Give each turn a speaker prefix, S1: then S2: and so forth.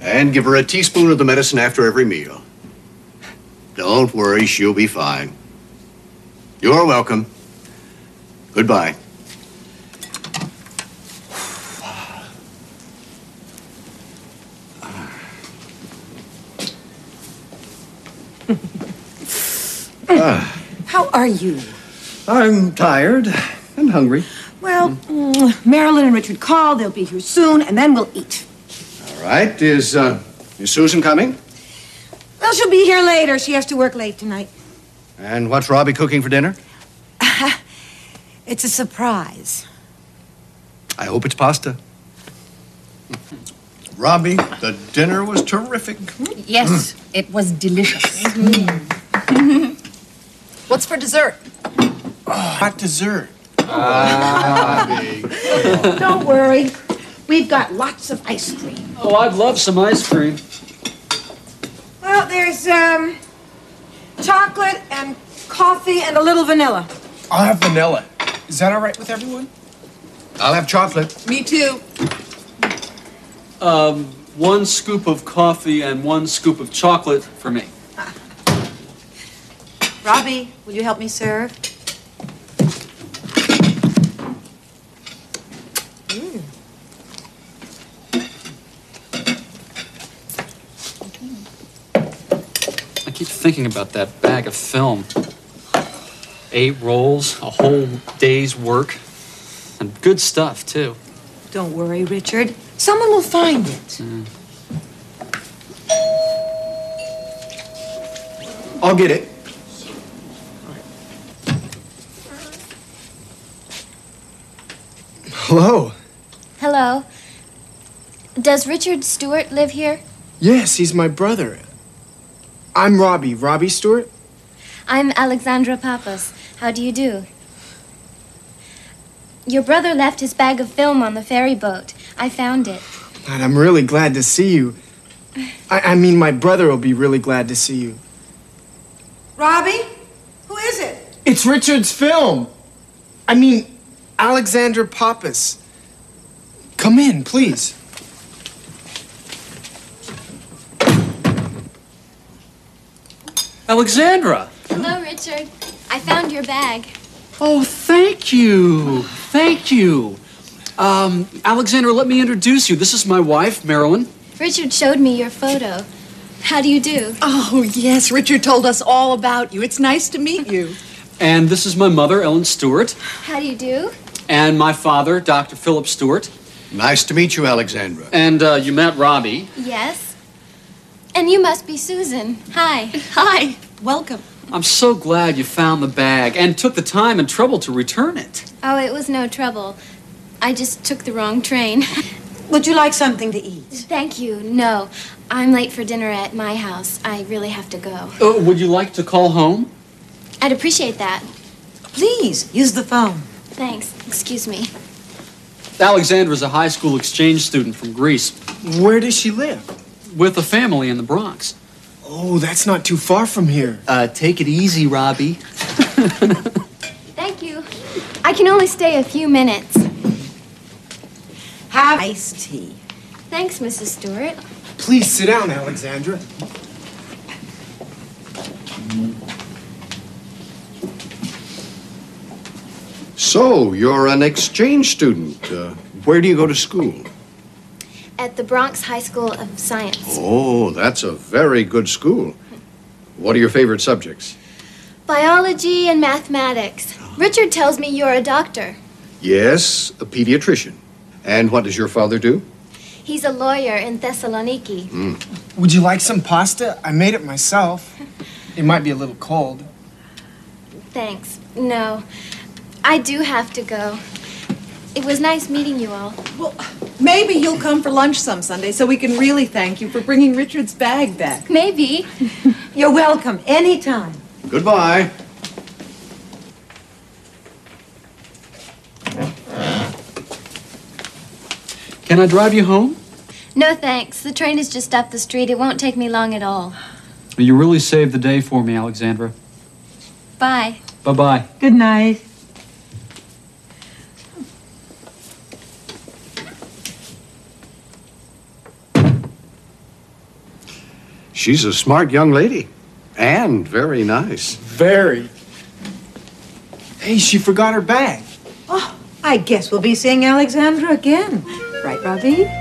S1: And give her a teaspoon of the medicine after every meal. Don't worry, she'll be fine. You're welcome. Goodbye.
S2: How are you?
S3: I'm tired and hungry.
S2: Well, mm, Marilyn and Richard called. They'll be here soon, and then we'll eat.
S1: All right. Is, uh, is Susan coming?
S2: Well, she'll be here later. She has to work late tonight.
S1: And what's Robbie cooking for dinner?
S2: It's a surprise.
S1: I hope it's pasta. Robbie, the dinner was terrific.
S4: Yes, it was delicious. What's for dessert?
S1: Hot dessert.
S2: Don't worry. We've got lots of ice cream.
S5: Oh, I'd love some ice cream.
S2: Well, there's um, chocolate and coffee and a little vanilla.
S6: I'll have vanilla. Is that all right with everyone?
S1: I'll have chocolate.
S4: Me too.
S5: One scoop of coffee and one scoop of chocolate for me.
S4: Robbie, will you help me serve?
S5: I keep thinking about that bag of film. Eight rolls, a whole day's work, and good stuff, too.
S2: Don't worry, Richard. Someone will find it.
S3: I'll get it. Hello.
S7: Hello. Does Richard Stewart live here?
S6: Yes, he's my brother. I'm Robbie. Robbie Stewart?
S7: I'm Alexandra Pappas. How do you do? Your brother left his bag of film on the ferry boat. I found it.
S6: God, I'm really glad to see you. I, I mean, my brother will be really glad to see you.
S2: Robbie? Who is it?
S6: It's Richard's film. I mean, Alexander Pappas. Come in, please.
S5: Alexandra!
S7: Hello, Richard. I found your bag.
S5: Oh, thank you. Thank you. Um, Alexandra, let me introduce you. This is my wife, Marilyn.
S7: Richard showed me your photo. How do you do?
S8: Oh, yes, Richard told us all about you. It's nice to meet you.
S5: And this is my mother, Ellen Stewart,
S7: How do you do?
S5: and my father, Dr. Philip Stewart.
S1: Nice to meet you, Alexandra.
S5: And uh, you met Robbie.
S7: Yes. And you must be Susan. Hi.
S8: Hi, welcome.
S5: I'm so glad you found the bag and took the time and trouble to return it.
S7: Oh, it was no trouble. I just took the wrong train.
S2: Would you like something to eat?
S7: Thank you. No, I'm late for dinner at my house. I really have to go.
S5: Oh, would you like to call home?
S7: I'd appreciate that.
S2: Please use the phone.
S7: Thanks. Excuse me.
S5: Alexandra's a high school exchange student from Greece
S6: Where does she live?
S5: with a family in the Bronx.
S6: Oh, that's not too far from here.
S5: Uh, take it easy, Robbie.
S7: Thank you. I can only stay a few minutes.
S2: Have iced tea.
S7: Thanks, Mrs. Stewart.
S6: Please sit down, Alexandra.
S1: So, you're an exchange student. Uh, where do you go to school?
S7: At the Bronx High School of Science.
S1: Oh, that's a very good school. What are your favorite subjects?
S7: Biology and mathematics. Richard tells me you're a doctor.
S1: Yes, a pediatrician. And what does your father do?
S7: He's a lawyer in Thessaloniki.
S6: Would you like some pasta? I made it myself. It might be a little cold.
S7: Thanks. No, I do have to go. It was nice meeting you all.
S8: Well, maybe you'll come for lunch some Sunday so we can really thank you for bringing Richard's bag back.
S7: Maybe.
S2: You're welcome anytime.
S1: Goodbye.
S5: Can I drive you home?
S7: No thanks. The train is just up the street. It won't take me long at all.
S5: You really saved the day for me, Alexandra.
S7: Bye.
S5: Bye bye.
S2: Good night.
S1: She's a smart young lady and very nice.
S6: Very. Hey, she forgot her bag.
S2: I guess we'll be seeing Alexandra again. Right, Robbie?